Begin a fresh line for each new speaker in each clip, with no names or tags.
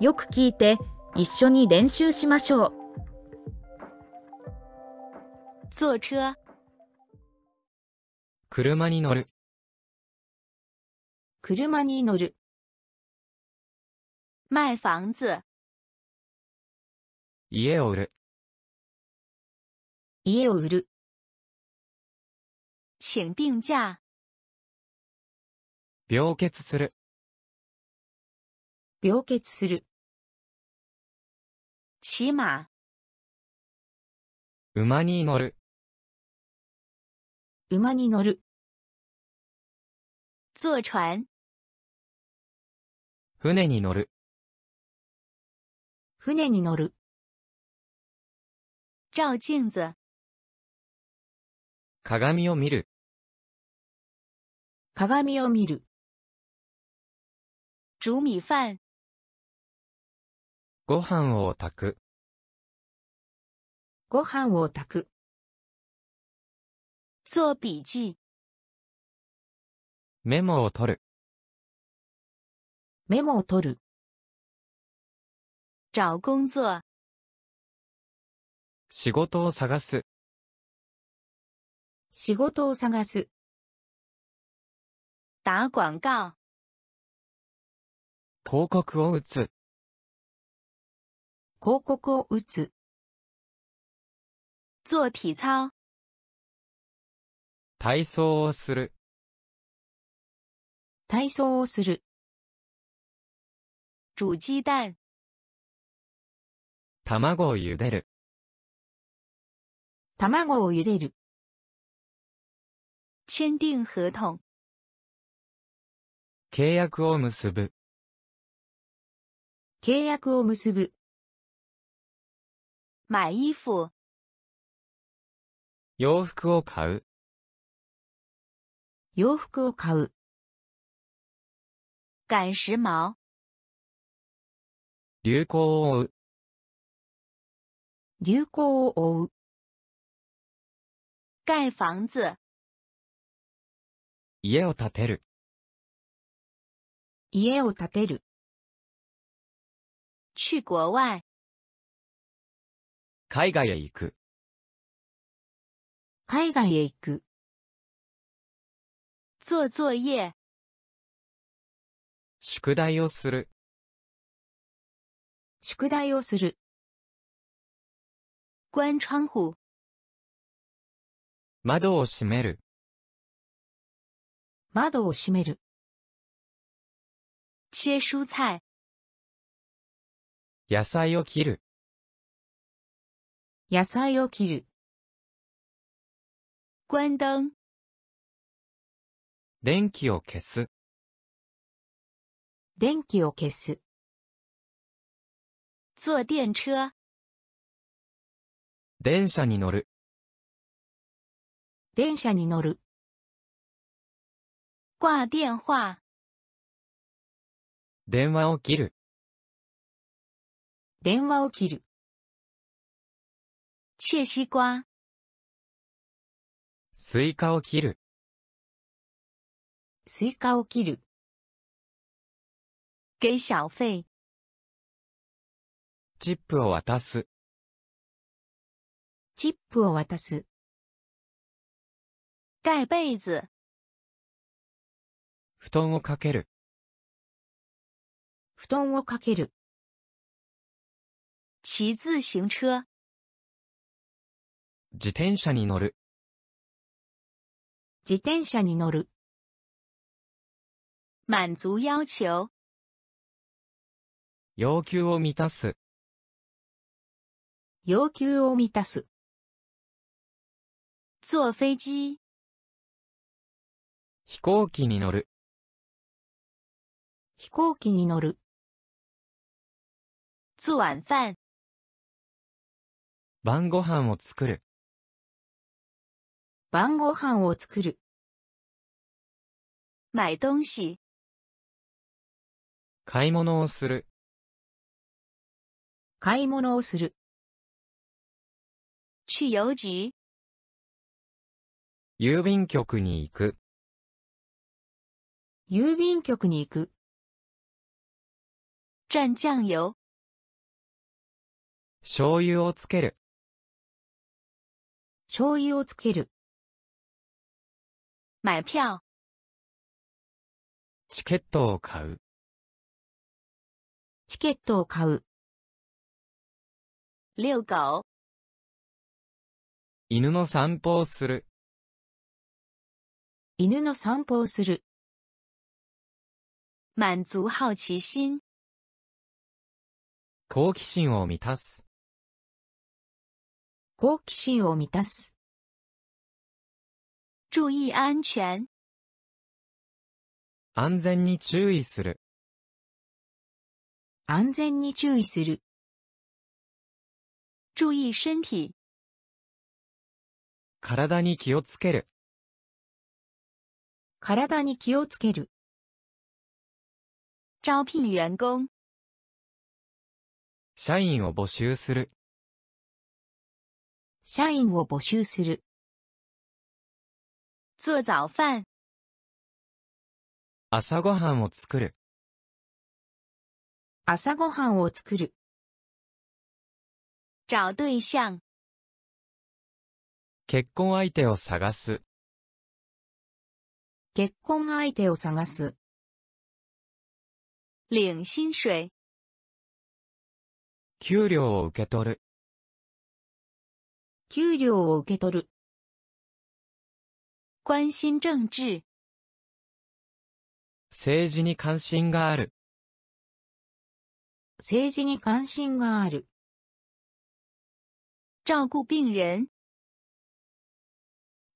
よく聞いて一緒に練習しましょう
坐车、
車に乗る、
車に乗る、
卖房子、
家を売る、
家を売る、
请病假、
病欠する、
病欠する、
骑马、
馬に乗る、
馬に乗る、
坐船、
船に乗る、
船に乗る、
照镜子、
鏡を見る、
鏡を見る、
煮米饭、
ご飯を炊く、
ご飯を炊く、
做笔记、
メモを取る、
メモを取る、
找工作、
仕事を探す、
仕事を探す、
打广告、
広告を打つ、
広告を打つ、
做体操、
体操をする、
体操をする、
煮鸡蛋、
卵を茹でる、
卵を茹でる、
签订合同、
契約を結ぶ、
契約を結ぶ、
买衣服、
洋服を買う、
洋服を買う、
赶时髦、
流行を追う、
流行を追う、
盖房子、
家を建てる、
家を建てる、
去国外、
海外へ行く、
海外へ行く、
做作业、
宿題をする、
宿題をする、
关窗户、
窓を閉める、
窓を閉める、
切蔬菜、
野菜を切る、
野菜を切る、
关灯、
電気を消す、
電気を消す、
坐电车、
電車に乗る、
電車に乗る、
挂电话、
電話を切る、
電話を切る、
切西瓜、
スイカを切る、
スイカを切る、
给小费、
チップを渡す、
チップを渡す、
盖被子、
布団をかける、
布団をかける、
骑自行车、
自転車に乗る、
自転車に乗る、
满足要求、
要求を満たす、
要求を満たす、
坐飞机、
飛行機に乗る、
飛行機に乗る、
做晚饭、
晩ご飯を作る、
晩ご飯を作る、
买东西、
買い物をする、
買い物をする、
去邮局、
郵便局に行く、
郵便局に行く、
蘸酱油、
醤油をつける、
醤油をつける。
买票、
チケットを買う、
チケットを買う。
遛狗、
犬の散歩をする、
犬の散歩をする。
满足好奇心、
好奇心を満たす、
好奇心を満たす。
注意安全、
安全に注意する、
安全に注意する。
注意身体、
体に気をつける、
体に気をつける。
招聘员工、
社員を募集する、
社員を募集する。
做早饭、
朝ごはんを作る、
朝ごはんを作る。
找对象、
結婚相手を探す、
結婚相手を探す。
领薪水、
給料を受け取る、
給料を受け取る。
关心政治、
政治に関心がある、
政治に関心がある。
照顾病人、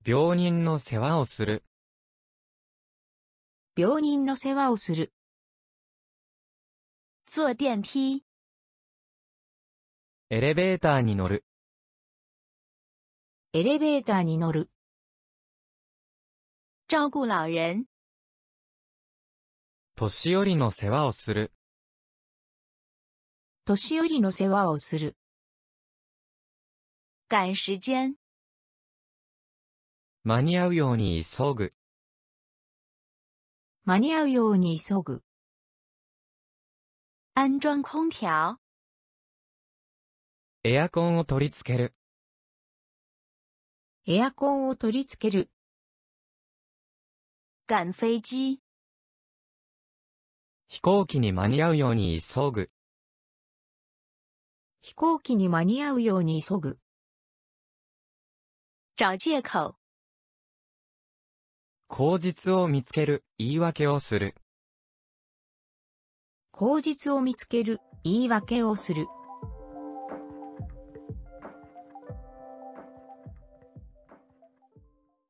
病人の世話をする、
病人の世話をする。
坐电梯、
エレベーターに乗る、
エレベーターに乗る。
照顾老人、
年寄りの世話をする、
年寄りの世話をする。
赶时间、
間に合うように急ぐ、
間に合うように急ぐ。
安装空调、
エアコンを取り付ける、
エアコンを取り付ける。
赶飞机、
飛行機に間に合うように急ぐ、
飛行機に間に合うように急ぐ。
找借口、
口実を見つける、言い訳をする。
口実を見つける。言い訳をする。